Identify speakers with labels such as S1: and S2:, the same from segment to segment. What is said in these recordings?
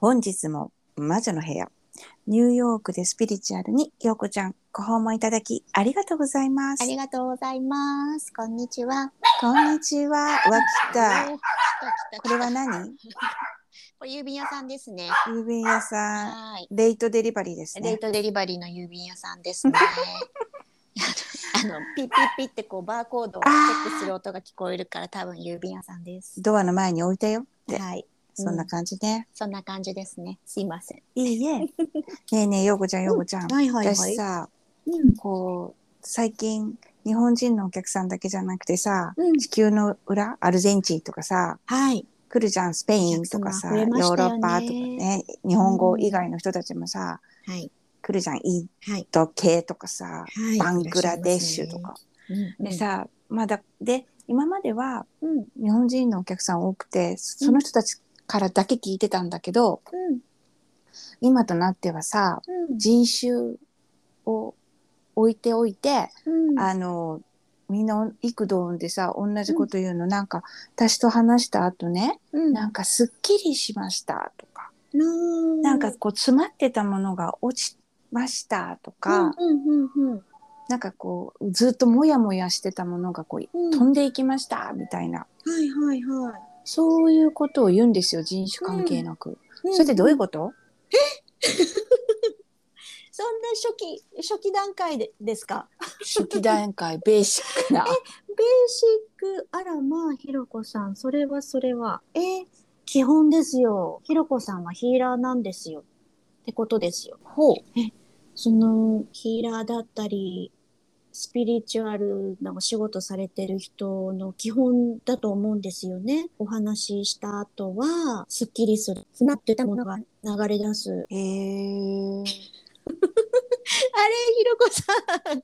S1: 本日も魔女の部屋ニューヨークでスピリチュアルに陽子ちゃんご訪問いただきありがとうございます
S2: ありがとうございます。こんにちは。
S1: こんにちはわきた
S2: おー来た来た来た
S1: これは何
S2: これ郵便屋さんですね。
S1: 郵便屋さん
S2: はーい。
S1: レイトデリバリーです
S2: レ
S1: ね
S2: イトデリバリーの郵便屋さ んですね。あのピッピッピッってこうバーコードをチェックする音が聞こえるから多分郵便屋さんです。
S1: ドアの前に置いたよで
S2: はい。
S1: そんな感じね、
S2: そんな感じですね。すいません。
S1: いい えねえねえ陽子ちゃん陽子ちゃん、
S2: いは
S1: 私さ
S2: うん。
S1: こう最近日本人のお客さんだけじゃなくてさ
S2: うん。
S1: 地球の裏アルゼンチンとかさ
S2: はい。
S1: 来るじゃんスペインとかさ、
S2: お客様増え
S1: ヨ
S2: ま
S1: ー
S2: した
S1: ロ
S2: よね
S1: ッパとかね日本語以外の人たちもさ、
S2: はい。
S1: 来るじゃんイン
S2: はい。
S1: ド系とかさ
S2: はい。
S1: バングラデシュとか。
S2: うん。
S1: でさまだで今までは
S2: うん。
S1: 日本人のお客さん多くてその人たちからだけ聞いてたんだけど、
S2: うん。
S1: 今となってはさ
S2: うん。
S1: 人種を置いておいて、
S2: うん。
S1: あのみんな幾度でさ同じこと言うの、なんか私と話した後ね
S2: うん。
S1: なんかすっきりしましたとか、
S2: な
S1: なんかこう詰まってたものが落ちましたとか、
S2: うんうんうんうん。
S1: なんかこうずっとモヤモヤしてたものがこう
S2: うん
S1: 飛んでいきましたみたいな、
S2: はいはいはい。
S1: そういうことを言うんですよ人種関係なく、それってどういうこと、
S2: そんな初期初期段階でですか。
S1: 初期段階ベーシック な
S2: ベーシックあらまあひろこさんそれはそれはえー基本ですよ。ひろこさんはヒーラーなんですよ。ってことですよ。
S1: ほう
S2: そのヒーラーだったりスピリチュアルなお仕事されてる人の基本だと思うんですよね。お話しした後はすっきりする詰まってたものが流れ出す
S1: へえ
S2: あれ、ひろこさん。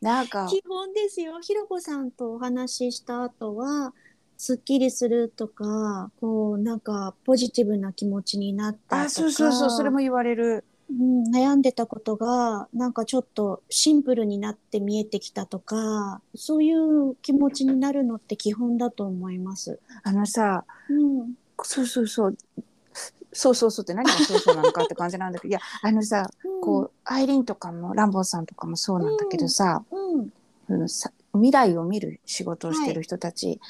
S1: なんか
S2: 基本ですよ。ひろこさんとお話しした後は、すっきりするとか、こう、なんか、ポジティブな気持ちになったとか。
S1: あそうそうそうそれも言われる
S2: うん、悩んでたことが、なんかちょっとシンプルになって見えてきたとか、そういう気持ちになるのって基本だと思います。
S1: あのさ
S2: うん。
S1: そうそうそうそうそうそうって何がそうそうなのかって感じなんだけどいやあのさこうアイリーンとかもランボーさんとかもそうなんだけどさ、
S2: うん、うん。
S1: そのさ未来を見る仕事をしてる人たち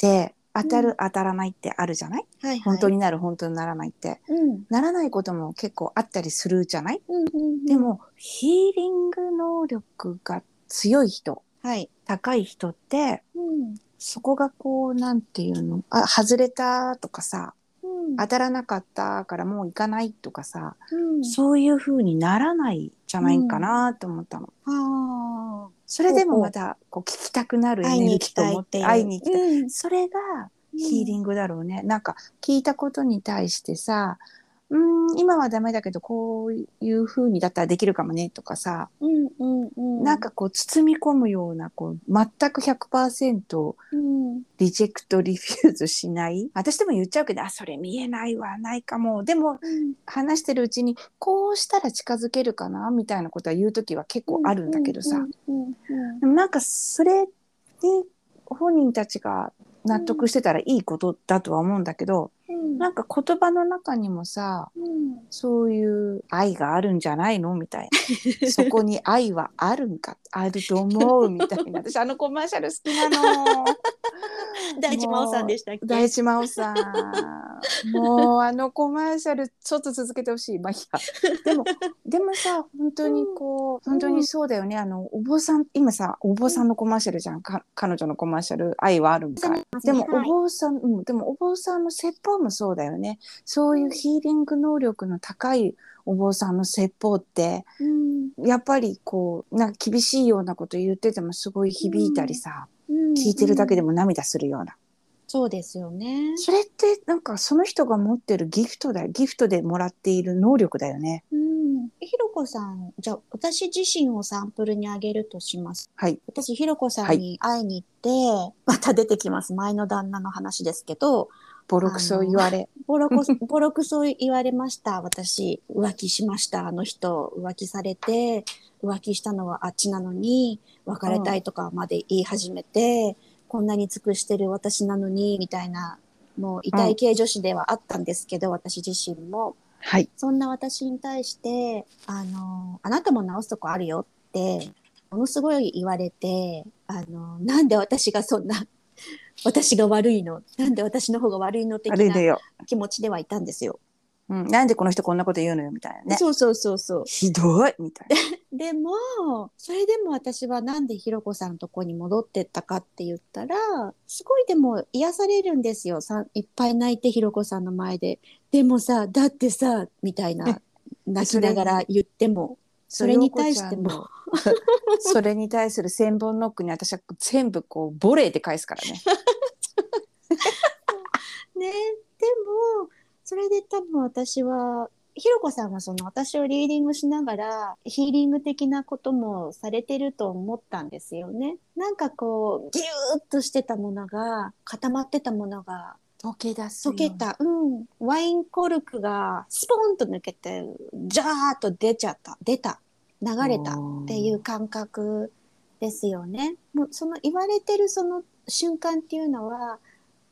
S1: で、当たる、
S2: う
S1: 当たらないってあるじゃない
S2: はい、はい。
S1: 本当。になる、本当にならないって
S2: うん。
S1: ならないことも結構あったりするじゃない
S2: うん、うん。
S1: で、もヒーリング能力が強い人
S2: はい。
S1: 高い人って
S2: うん。
S1: そこがこうなんていうのあ外れたとかさ
S2: うん。
S1: 当たらなかったからもう行かないとかさ、
S2: うん。
S1: そういう風にならないじゃないかなと思ったの。
S2: ああ。
S1: それでもまたこう聞きたくなるエネルギーと思って会いに行きたい。
S2: うん
S1: それがヒーリングだろうね、なんか聞いたことに対してさうーん今はダメだけどこういう風にだったらできるかもねとかさ、
S2: うんうんうん、
S1: なんかこう包み込むようなこう全く100%
S2: うん、
S1: リジェクトリフューズしない私でも言っちゃうけどあそれ見えないわないかもでも
S2: うん、
S1: 話してるうちにこうしたら近づけるかなみたいなことは言う時は結構あるんだけどさ、
S2: うんうんうん
S1: でもなんかそれに本人たちが納得してたらいいことだとは思うんだけど、
S2: うん、
S1: なんか言葉の中にもさ
S2: うん
S1: そういう愛があるんじゃないのみたいな そこに愛はあるんかあると思うみたいな私あのコマーシャル好きなの
S2: 大地真央さんでしたっけ
S1: 大地真央さんもうあのコマーシャルちょっと続けてほしいまあいいや でもでもさ本当にこう、
S2: うん
S1: 本当にそうだよねあのお坊さん今さお坊さんのコマーシャルじゃんか彼女のコマーシャル「愛はあるんかい」でもお
S2: はい
S1: 坊さん、うん、でもお坊さんの説法もそうだよねそういうヒーリング能力の高いお坊さんの説法って
S2: うん
S1: やっぱりこうなんか厳しいようなこと言っててもすごい響いたりさ、
S2: うん、
S1: 聞いてるだけで
S2: も
S1: も涙するような。
S2: そうですよね、
S1: それってなんかその人が持ってるギフトだよギフトでもらっている能力だよね。
S2: うん、ひろこさんじゃあ私自身をサンプルにあげるとします
S1: はい。
S2: 私ひろこさんに会いに行って、また出てきます前の旦那の話ですけど
S1: ボロクソ言われ。
S2: ボロコボロクソ言われました私浮気しましたあの人浮気されて浮気したのはあっちなのに別れたいとかまで言い始めて、こんなに尽くしてる私なのにみたいなもう痛い系女子ではあったんですけど、私自身も。
S1: はい。
S2: そんな私に対して、あの、あなたも治すとこあるよって、ものすごい言われて、あの、なんで私がそんな、 私が悪いのなんで私の方が悪いの的
S1: あれだ
S2: な
S1: よ。
S2: 気持ちではいたんですよ。
S1: うん。なんでこの人こんなこと言うのよみたいなね。
S2: そうそうそうそう。
S1: ひどいみたいな。
S2: でも、それでも私はなんでひろこさんのとこに戻ってったかって言ったら、すごいでも癒されるんですよ。さいっぱい泣いてひろこさんの前で。でもさ、だってさ、みたいな、泣きながら言っても。 それに対しても。
S1: それに対する千本ノックに私は全部こうボレーで返すからね。
S2: ね、でも、それで多分私は、ひろこさんはその私をリーディングしながら、ヒーリング的なこともされてると思ったんですよね。なんかこう、ぎゅーっとしてたものが、固まってたものが、
S1: 溶け出す
S2: 溶け。た、うん。ワインコルクが、スポンと抜けて、ジャーっと出ちゃった、出た、流れた。っていう。感覚ですよね。もうその言われてるその瞬間っていうのは、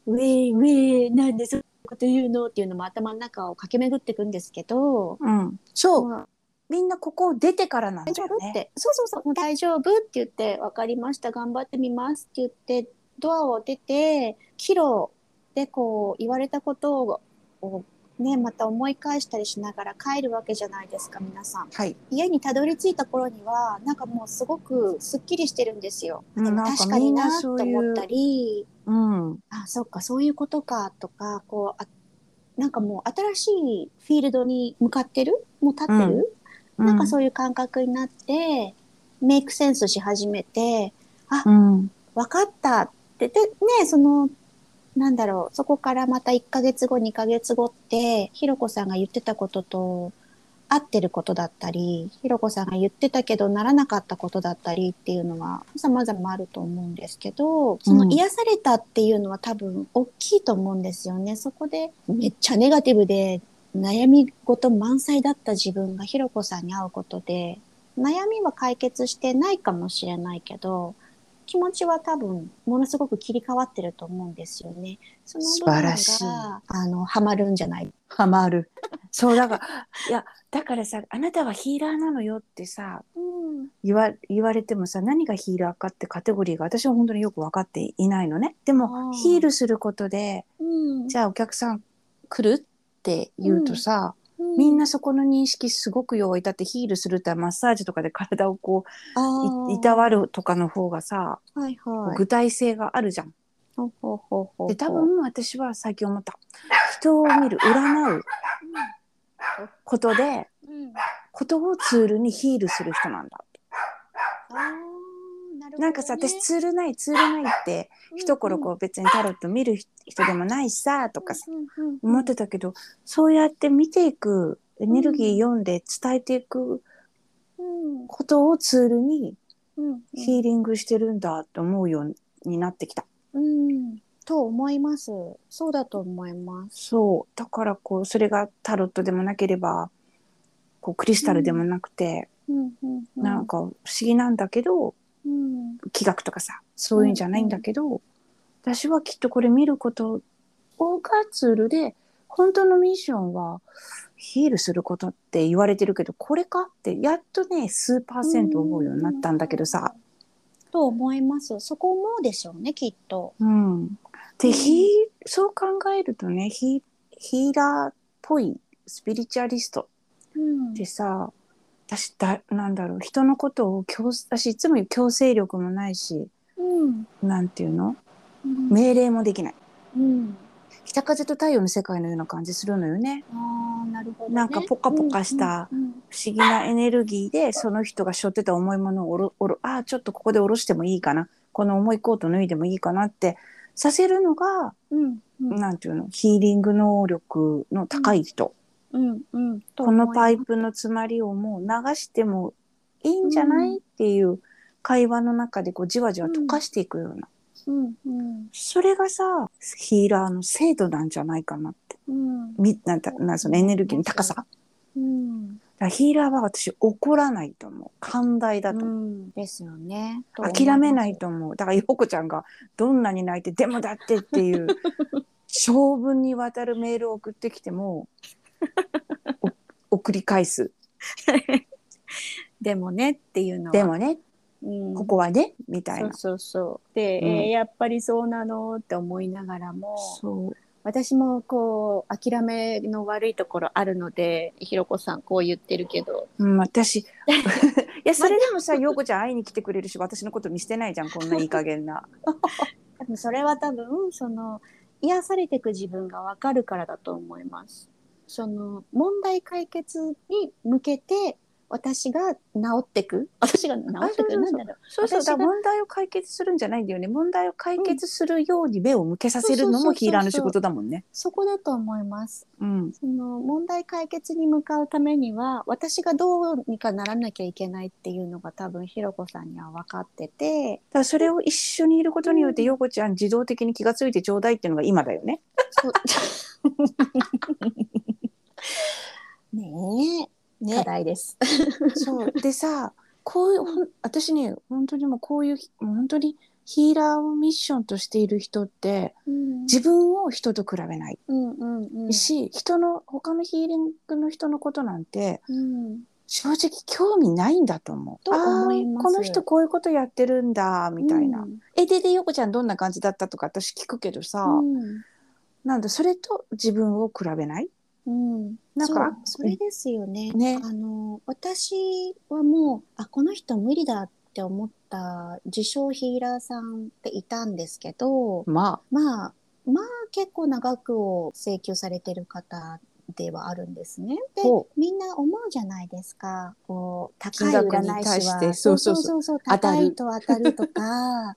S2: ウェイウェイなんでそんなこと言うのっていうのも頭の中を駆け巡っていくんですけど、
S1: うん。そう。
S2: まあ
S1: みんなここを出てからなんだ
S2: 大丈
S1: よ
S2: 夫っ
S1: ね。
S2: て、そうそうそう、もう大丈夫って言って、わかりました、頑張ってみますって言って、ドアを出て、キロでこう言われたことを、をね、また思い返したりしながら帰るわけじゃないですか、皆さん。
S1: はい。
S2: 家にたどり着いた頃にはなんかもうすごくすっきりしてるんですよ。
S1: うん
S2: でも
S1: なんか
S2: 確かに
S1: みんな
S2: なと
S1: そういう
S2: 思ったり
S1: うん。
S2: あそっかそういうことかとかこうあなんかもう新しいフィールドに向かってるもう立ってる、なんかそういう感覚になって、メイクセンスし始めて
S1: うん。
S2: 分かったってでねそのなんだろうそこからまた1ヶ月後2ヶ月後ってひろこさんが言ってたことと合ってることだったりひろこさんが言ってたけどならなかったことだったりっていうのは様々あると思うんですけどその癒されたっていうのは多分大きいと思うんですよね。そこでめっちゃネガティブで悩み事満載だった自分がひろこさんに会うことで悩みは解決してないかもしれないけど気持ちは多分ものすごく切り替わってると思うんですよね。その部分
S1: 素晴らしい
S2: があのハマるんじゃない
S1: ハマる。そうだから、いや、だからさ、あなたはヒーラーなのよってさ、
S2: うん、
S1: 言わ言われてもさ、何がヒーラーかってカテゴリーが私は本当によく分かっていないのね。で
S2: あ
S1: も、
S2: ー
S1: ヒールすることで、
S2: うん
S1: じゃあお客さん来るって言うとさ、
S2: う
S1: みんなそこの認識すごく用意だってヒールするってマッサージとかで体をこういいたわるとかの方がさ、
S2: あーはいはい。
S1: 具体性があるじゃん。
S2: ほうほうほうほう
S1: で多分私は最近思った人を見る占うことで
S2: うん、
S1: ことをツールにヒールする人 なんだ
S2: あーなるほどね
S1: なんかさ私ツールないツールないって一頃こう別にタロット見る人でもないさとかさ
S2: うんうんうん
S1: 思ってたけどそうやって見ていくエネルギー読んで伝えていく
S2: うん
S1: ことをツールに
S2: うん
S1: ヒーリングしてるんだって思うようになってきた。
S2: うん、と思います。そうだと思います。
S1: そうだからこうそれがタロットでもなければこうクリスタルでもなくて、
S2: うんうんう
S1: なんか不思議なんだけど
S2: うん
S1: 気学とかさそういうんじゃないんだけど、私はきっとこれ見ることをがツールで本当のミッションはヒールすることって言われてるけどこれかってやっとね数パーセント思うようになったんだけどさ。
S2: と思います。そこ思うでしょうね、きっと。
S1: うん、で、
S2: うん
S1: ヒーそう考えるとねヒヒーラーっぽいスピリチュアリスト
S2: うん
S1: でさ私だなんだろう人のことを強私いつも言う強制力もないし
S2: うん。
S1: なんていうの
S2: うん
S1: 命令もできない
S2: うん。
S1: 北風と太陽の世界のような感じするのよね
S2: ああ、なるほど、ね。
S1: なんかポカポカした
S2: うん。うん
S1: 不思議なエネルギーでその人が背負ってた重いものをおろおろあーちょっとここで下ろしてもいいかなこの重いコート脱いでもいいかなってさせるのが
S2: うん。うん。
S1: なんていうのヒーリング能力の高い人、
S2: うん。うん。
S1: このパ
S2: イ。
S1: イプの詰まりをもう流してもいいんじゃない、っていう会話の中でこうじわじわ溶かしていくような、
S2: うん。うん。
S1: それがさヒーラーの精度なんじゃないかなって
S2: うん。
S1: みなんだなんそのエネルギーの高さ
S2: うん。
S1: らヒーラーは私怒らないと思う寛大だと思う。
S2: うん、ですよね。
S1: 諦めないと思うだから陽子ちゃんがどんなに泣いてでもだってっていう 長文にわたるメールを送ってきてもお送り返 す
S2: でもねっていうのは。
S1: でもね
S2: うん、
S1: ここはねみたい
S2: そう
S1: な
S2: そうそう。で、
S1: うん
S2: えーやっぱりそうなのって思いながらも、
S1: そう
S2: 私もこう、諦めの悪いところあるので、ひろこさんこう言ってるけど、
S1: うん、 私いやそれでもさ陽子ちゃん会いに来てくれるし私のこと見捨てないじゃんこんないい加減な
S2: 多分それは多分、その、癒されていく自分がわかるからだと思います。その、問題解決に向けて、私が治ってく私が治って
S1: あそうそうそ
S2: く
S1: う
S2: なんだろう。
S1: そうそう
S2: 私
S1: だ
S2: が
S1: から問題を解決するんじゃないんだよね問題を解決するように目を向けさせるのもヒーラーの仕事だもんね
S2: そこだと思います。
S1: うん
S2: その問題解決に向かうためには私がどうにかならなきゃいけないっていうのが多分ひろこさんには分かってて
S1: だからそれを一緒にいることによって
S2: うん
S1: 陽子ちゃん自動的に気がついてちょうだいっていうのが今だよね。
S2: そう ねえ課題です。
S1: そうでさこういうほん私ね本当にもうこういうもう本当にヒーラーをミッションとしている人って
S2: うん
S1: 自分を人と比べない
S2: うんうんうん
S1: し、人の他のヒーリングの人のことなんて
S2: うん
S1: 正直興味ないんだと思う。
S2: と思います
S1: あーこの人こういうことやってるんだみたいな。
S2: うん
S1: えでで陽子ちゃんどんな感じだったとか私聞くけどさ、
S2: うん
S1: なんだそれと自分を比べない
S2: うん、
S1: なんか
S2: そうそれですよね。
S1: ね
S2: あの私はもうあこの人無理だって思った自称ヒーラーさんっていたんですけど、
S1: ま
S2: まあまあ結構長くを請求されてる方ではあるんですね。で
S1: ほ
S2: みんな思うじゃないですか。こう高い
S1: 金額に
S2: 占い
S1: 対
S2: 師
S1: し
S2: は
S1: て
S2: そう
S1: そ
S2: そうう
S1: そうそ
S2: そうそう
S1: 当た
S2: 高
S1: る
S2: いと当たるとか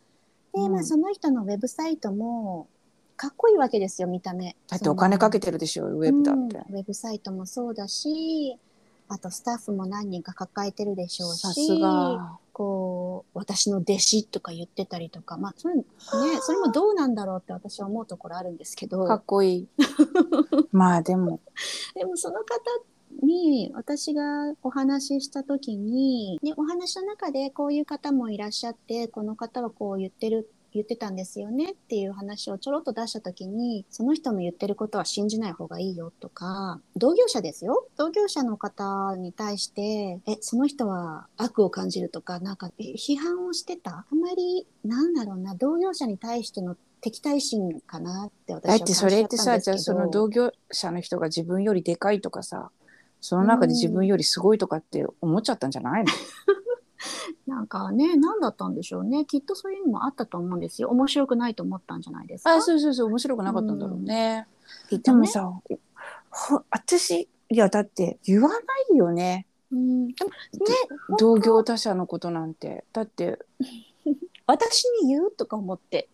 S2: で、
S1: うん
S2: まあ、その人のウェブサイトもかっこいいわけですよ見た目。
S1: だってお金か
S2: て
S1: けてるでしょウェブだって。
S2: うんウェブサイトもそうだしあとスタッフも何人か抱えてるでしょうし
S1: さすが。
S2: こう私の弟子とか言ってたりとかまあそれ,、ね、それもどうなんだろうって私は思うところあるんですけ
S1: かっ
S2: ど
S1: こい い。まあでも、
S2: でもその方に私がお話しした時に、ね、お話の中でこういう方もいらっしゃってこの方はこう言ってる言ってたんですよねっていう話をちょろっと出した時にその人の言ってることは信じない方がいいよとか同業者ですよ同業者の方に対してえその人は悪を感じるとかなんかえ批判をしてたあんまりなんだろうな同業者に対しての敵対心かなって私
S1: だ
S2: は
S1: ってそれってさ、じゃあその同
S2: 同
S1: 業者の人が自分よりでかいとかさ、その中で自分よりすごいとかって思っちゃったんじゃないの、
S2: なんかね、何だったんでしょうね。きっとそういうのもあったと思うんですよ。面白くないと思ったんじゃないですか。
S1: あそうそうそう、面白くなかったんだろうね。
S2: きっと
S1: でも
S2: ね。
S1: さ、ほ私、いやだって言わないよね。
S2: うん、でもね、
S1: 同業他社のことなんて。だって、
S2: 私に言うとか思って。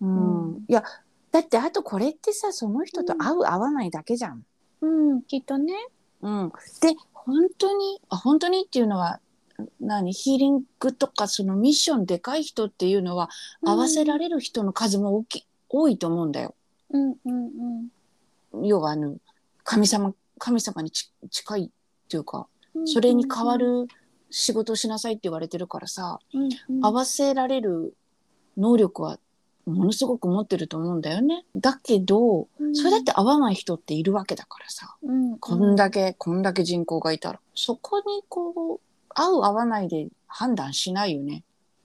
S1: うん。
S2: うん
S1: いや、だってあとこれってさ、その人と合う合わないだけじゃん。
S2: うん、きっとね。
S1: うん、で本当にあ本当にっていうのは何ヒーリングとかそのミッションでかい人っていうのは、合わせら
S2: れ
S1: れる人の数も大き多いと思うんだよ。
S2: うんうんうん
S1: 要はあの神様神様にち近いっていうか
S2: うん。
S1: それに代わる仕事をしなさいって言われてるからさ、
S2: うんうん、
S1: 合わせられる能力はものすごく持ってると思うんだよね。だけど
S2: うん
S1: それだって合わない人っているわけだからさ。
S2: うんうん、
S1: こんだけ、こんだけ人口がいたら、そこにこう、合う合わないで判断しないよね。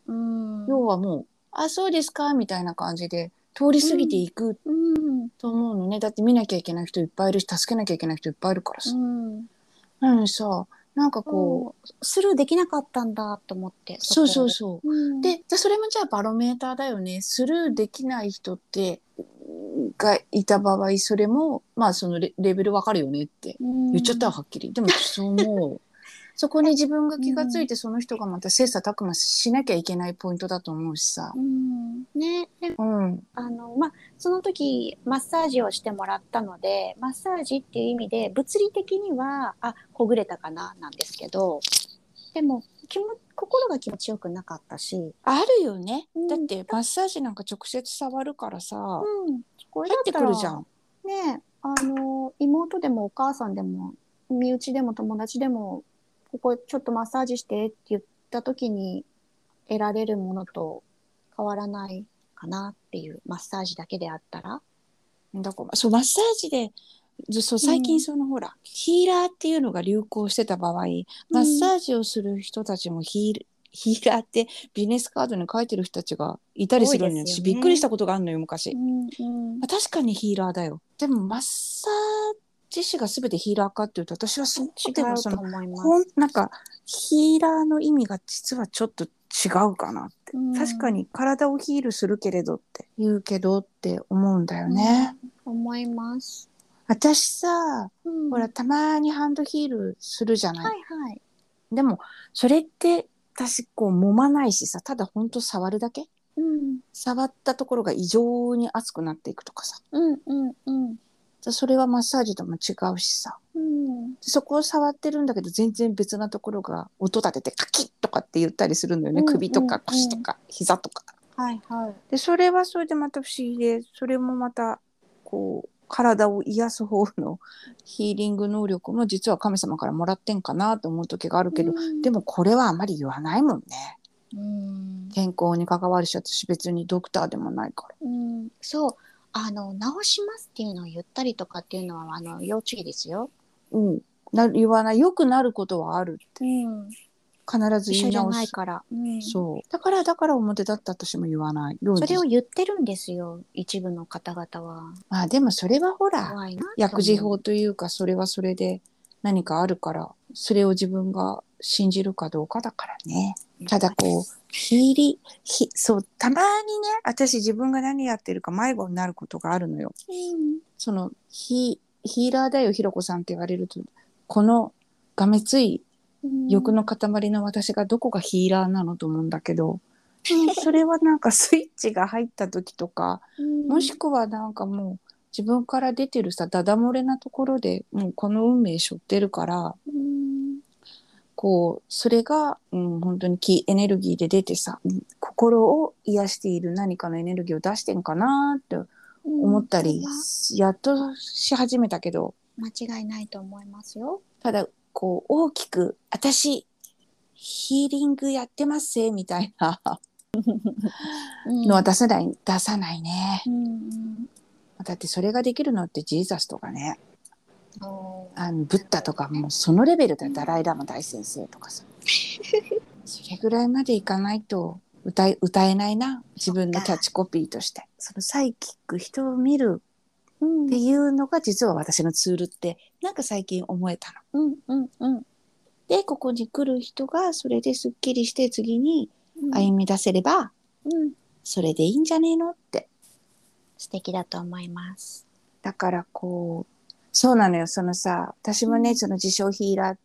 S2: うん、
S1: 要はもう、あ、そうですか、みたいな感じで、通り過ぎていく
S2: うん、
S1: と思うのね。だって見なきゃいけない人いっぱいいるし、助けなきゃいけない人いっぱいいるから
S2: う
S1: さ。
S2: ん、
S1: なのにさ、なんかこ
S2: こうスルーできなかったんだと思って。
S1: う、そうそう
S2: そ
S1: そう。
S2: こうん、
S1: で、じゃあそれもじゃあバロメーターだよね。スルーできない人って、がいた場合、それも、まあそのレレベルわかるよねって
S2: うん、
S1: 言っちゃったわはっきりでもそう思 うそこに自分が気がついてその人がまた切磋琢磨しなきゃいけないポイントだと思うしさ
S2: うん、ね、で
S1: うん
S2: あの、まあ、その時、マッサージをしてもらったので、マッサージっていう意味で、物理的には、あ、ほぐれたかな、なんですけど、でも、気も、心が気持ちよくなかったし、
S1: あるよね、
S2: うん
S1: だってマッサージなんか直接触るからさ、
S2: うん、これ
S1: 入
S2: だ
S1: って
S2: た
S1: く
S2: ら
S1: るじゃん
S2: ね、あの、妹でもお母さんでも、身内でも友達でも、ここちょっとマッサージしてって言った時に得られるものと変わらないかなっていう、マッサージだけであったら。
S1: だからそうマッサージでずそう最
S2: う
S1: 近
S2: ん
S1: その、ほらヒーラーっていうのが流行してた場合マッサージをする人たちもヒールヒーラーってビジネスカードに書いてる人たちがいたりするのよ
S2: 多いですよね
S1: びっくりしたことがあるのよ昔、
S2: うんうん
S1: まあ、確かにヒーラーだよでもマッサージ師が全てヒーラーかっていうと私はそう
S2: 違
S1: でも
S2: う
S1: そ
S2: と
S1: の
S2: 思います。
S1: ほんなんかヒーラーの意味が実はちょっと違うかなって、
S2: うん
S1: 確かに体をヒールするけれどって言うけどって思うんだよね、
S2: 思います。
S1: 私さ
S2: うん
S1: ほらたまにハンドヒールするじゃない、
S2: はいはい。
S1: でもそれって私こう揉まないしさただほんと触るだけ
S2: うん
S1: 触ったところが異常に熱くなっていくとかさ
S2: うんうんうん
S1: それはマッサージとも違うしさ
S2: うん。
S1: そこを触ってるんだけど全然別なところが音立ててカキッとかって言ったりするんだよね、
S2: うん
S1: 首と
S2: う
S1: か
S2: ん
S1: 腰とか膝とか。
S2: はいはい。
S1: でそれはそれでまた不思議でそれもまたこう体を癒す方のヒーリング能力も実は神様からもらってんかなと思う時があるけど、
S2: うん
S1: でもこれはあまり言わないもんね
S2: うん、
S1: 健康に関わるし私別にドクターでもないから。
S2: うん、そうあの治しますっていうのを言ったりとかっていうのはあの要注意ですよ。
S1: うんな言わないよくなることはある
S2: うん、
S1: 必ず
S2: 一
S1: 言
S2: 緒
S1: い
S2: じゃ
S1: 直
S2: ない
S1: す
S2: から。うん、そ
S1: そうだからだから表立った私も言わないように
S2: れを言ってるんですよ一部の方々は。
S1: まあでもそれはほら
S2: 怖いなと思う。
S1: 薬事法というかそれはそれで何かあるからそれを自分が信じるかどうかだからねただこうヒーリひそうたまにね私自分が何やってるか迷子になることがあるのよ
S2: うん。
S1: そのヒヒーラーだよひろこさんって言われるとこのがめつい
S2: うん、
S1: 欲の塊の私がどこがヒーラーなのと思うんだけど、それはなんかスイッチが入った時とか
S2: うん、
S1: もしくはなんかもう自分から出てるさダダ漏れなところでもうこの運命背負ってるから
S2: うん
S1: こうそれが、うん、本当にきエネルギーで出てさうん心を癒している何かのエネルギーを出してんかなって思ったり、やっとし始めたけど
S2: 間違いないと思いますよ。
S1: ただこう大きく「私ヒーリングやってますぜ」みたいな。
S2: うん
S1: のは出さない、出さないね
S2: うんうん
S1: だってそれができるのってジーザスとかね
S2: そ
S1: あのブッダとかもうそのレベルだよダライ・ラマ大先生とかさそれぐらいまでいかないと歌え歌えないな自分のキャッチコピーとしてそのサイキック人を見る
S2: ううん
S1: っていうのが実は私のツールってなんか最近思えたの。
S2: うんうんうん
S1: でここに来る人がそれですっきりして次に
S2: うん
S1: 歩み出せれば
S2: うん
S1: それでいいんじゃねえのって
S2: 素敵だと思います。
S1: だからこうそうなのよそのさ私もね、
S2: うん
S1: その自称ヒーラー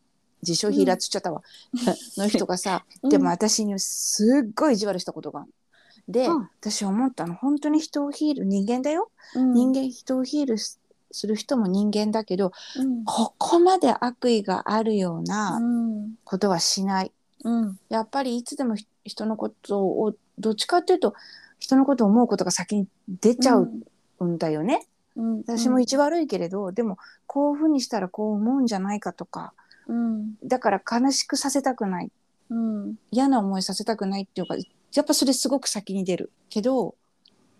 S1: 自称ヒーラーっつっちゃ ったわ、の人がさ、でも私にすっごい意地悪したことがあるで、
S2: うん
S1: 私思ったの本当に人をヒール人間だよ、
S2: うん、
S1: 人間人をヒールすする人も人間だけど
S2: うん
S1: ここまで悪意があるような
S2: うん
S1: ことはしない、
S2: うん
S1: やっぱりいつでもひ人のことをどっちかっていうと人のことを思うことが先に出ちゃうんだよね、
S2: うん、
S1: 私も意地悪いけれど、でもこういうふうにしたらこう思うんじゃないかとか
S2: うん
S1: だから悲しくさせたくない
S2: うん
S1: 嫌な思いさせたくないっていうかやっぱそれすごく先に出るけど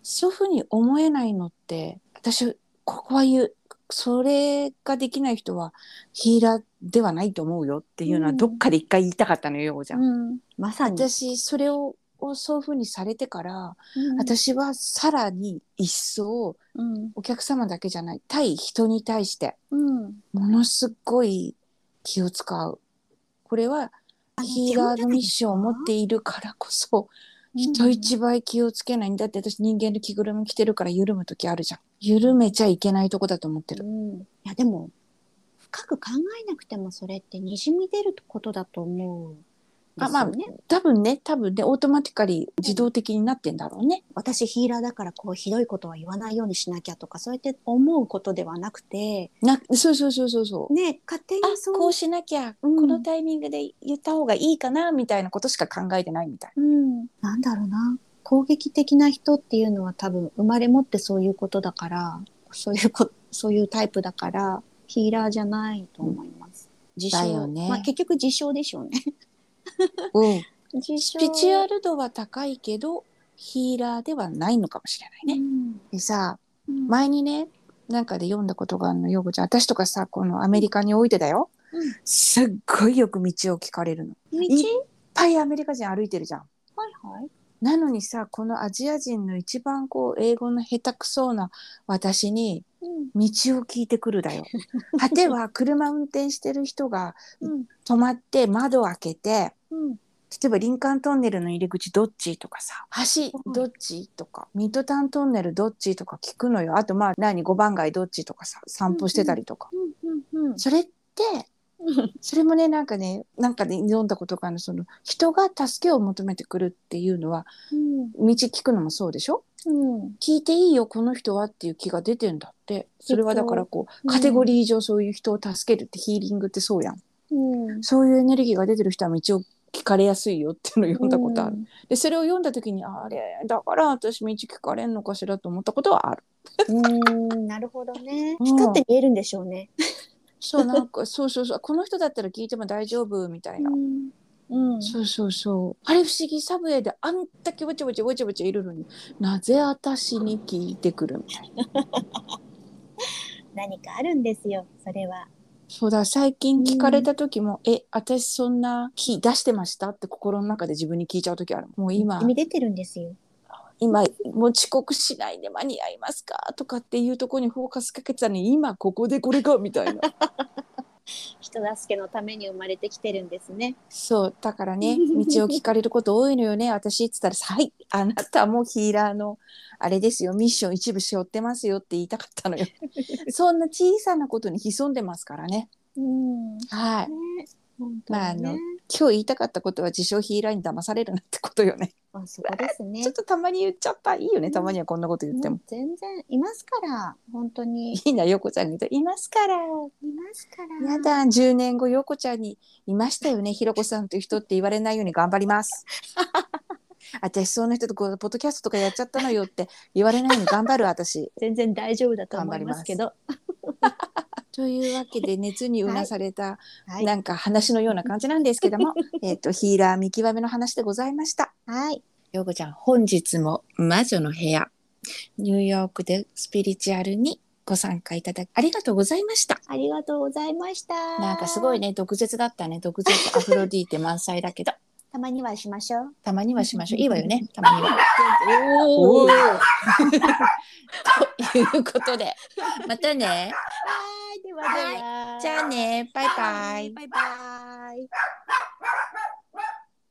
S1: そういうふうに思えないのって私ここは言うそれができない人はヒーラーではないと思うよっていうのは
S2: うん
S1: どっかで一回言いたかったのよ、うじゃん。
S2: うん、まさに、
S1: 私それををそういうふうにされてから、
S2: うん、
S1: 私はさらに一層
S2: うん
S1: お客様だけじゃない対人に対して
S2: うん、
S1: ものすごい気を使うこれはヒーラーのミッションを持っているからこそ人一倍気をつけないんだって私人間の着ぐるみ着てるから緩む時あるじゃん緩めちゃいけないとこだと思って
S2: う
S1: る
S2: ん、いやでも深く考えなくてもそれってにじみ出ることだと思うんですよ、ね。
S1: あまあ多分ね多分ねオートマティカリー自動的になってんだろうね
S2: 私ヒーラーだからこうひどいことは言わないようにしなきゃとかそうやって思うことではなくて、
S1: なそうそうそうそうそう
S2: ね勝手に
S1: あ
S2: そう
S1: こうしなきゃ、
S2: うん
S1: このタイミングで言った方がいいかなみたいなことしか考えてないみたい
S2: うん、なんだろうな攻撃的な人っていうのは多分生まれ持ってそういうことだからそういうこそういうタイプだからヒーラーじゃないと思います。自
S1: だよ
S2: 称、
S1: ね
S2: まあ結局自称でしょう ね。
S1: うん、
S2: 自
S1: ス
S2: 称
S1: ピチュアル度は高いけどヒーラーではないのかもしれないね。
S2: うん
S1: でさ
S2: うん
S1: 前にねなんかで読んだことがあるのようこちゃん私とかさこのアメリカにおいてだよ、
S2: うん
S1: すっごいよく道を聞かれるの。いっ
S2: 道
S1: いぱいアメリカ人歩いてるじゃん。
S2: はいはい。
S1: なのにさこのアジア人の一番こう英語の下手くそうな私に
S2: うん
S1: 道を聞いてくるだよ。果ては車運転してる人が
S2: うん
S1: 止まって窓を開けて
S2: うん
S1: 例えば林間トンネルの入り口どっちとかさ橋どっちとかミッドタウントンネルどっちとか聞くのよあとまあ何5番街どっちとかさ散歩してたりとか、
S2: うんうんうん
S1: それってそれもねなんかねなんかね読んだことがあるその人が助けを求めてくるっていうのは
S2: うん
S1: 道聞くのもそうでしょ
S2: うん
S1: 聞いていいよこの人はっていう気が出てんだってそれはだからこう
S2: うん
S1: カテゴリー上そういう人を助けるってヒーリングってそうやん
S2: うん
S1: そういうエネルギーが出てる人は道を聞かれやすいよっていうのを読んだことある。でそれを読んだ時にあれだから私道聞かれんのかしらと思ったことはある。
S2: うん。うんなるほどね。
S1: うん
S2: 光って見えるんでしょうね。
S1: そうなんか そうそうそうこの人だったら聞いても大丈夫みたいな。
S2: ん。うん。
S1: そうそうそうあれ不思議サブウェイであんだけわちゃわちゃわちゃわちゃいるのになぜ私に聞いてくるみたいな
S2: 何かあるんですよ。それは。
S1: そうだ最近聞かれた時も「え私そんな気出してました?」って心の中で自分に聞いちゃう時あるもう今
S2: 意味出てるんですよ。
S1: 今もう遅刻しないで間に合いますかとかっていうところにフォーカスかけてたのに今ここでこれがみたいな
S2: 人助けのために生まれてきてるんですね。
S1: そうだからね道を聞かれること多いのよ ね私っつったらさ「はいあなたもヒーラーのあれですよミッション一部背負ってますよ」って言いたかった のよそんな小さなことに潜んでますからね
S2: うん。ね。
S1: はい
S2: 本当
S1: まああ
S2: に
S1: の
S2: ね。
S1: 今日言いたかったことは自称ヒーラーに騙されるなってことよね
S2: まあ、そこですね
S1: ちょっ。とたまに言っちゃったいいよねたまにはこんなこと言って
S2: も
S1: も
S2: う全然いますから本当にい
S1: いいなよこちゃんが言うと「いますから」
S2: ますから
S1: やだ、10年後、陽子ちゃんにいましたよね、ひろこさんという人って言われないように頑張り ます。私、その人とこうポッドキャストとかやっちゃったのよって 言われないように頑張る、私。
S2: 全然大丈夫だと
S1: 頑
S2: 思
S1: 張
S2: い
S1: り
S2: ま
S1: ます
S2: すけど
S1: というわけで、熱にうなされた、
S2: はい
S1: なんか話のような感じなんですけ ども、えっと、ヒーラー見極めの話でございました。
S2: はい
S1: 陽子ちゃん、本日も魔女の部屋、ニューヨークでスピリチュアルにご参加いただきありがとうございました。
S2: ありがとうございました
S1: なんかすごいね、毒舌だったね、毒舌アフロディーテ満載だけど。
S2: たまにはしましょう
S1: たまにはしましょう。いいわよね。たまには。
S2: お
S1: おー
S2: は
S1: ということで、またね。
S2: いではでは
S1: じゃあね。バイバイ。
S2: バイバイ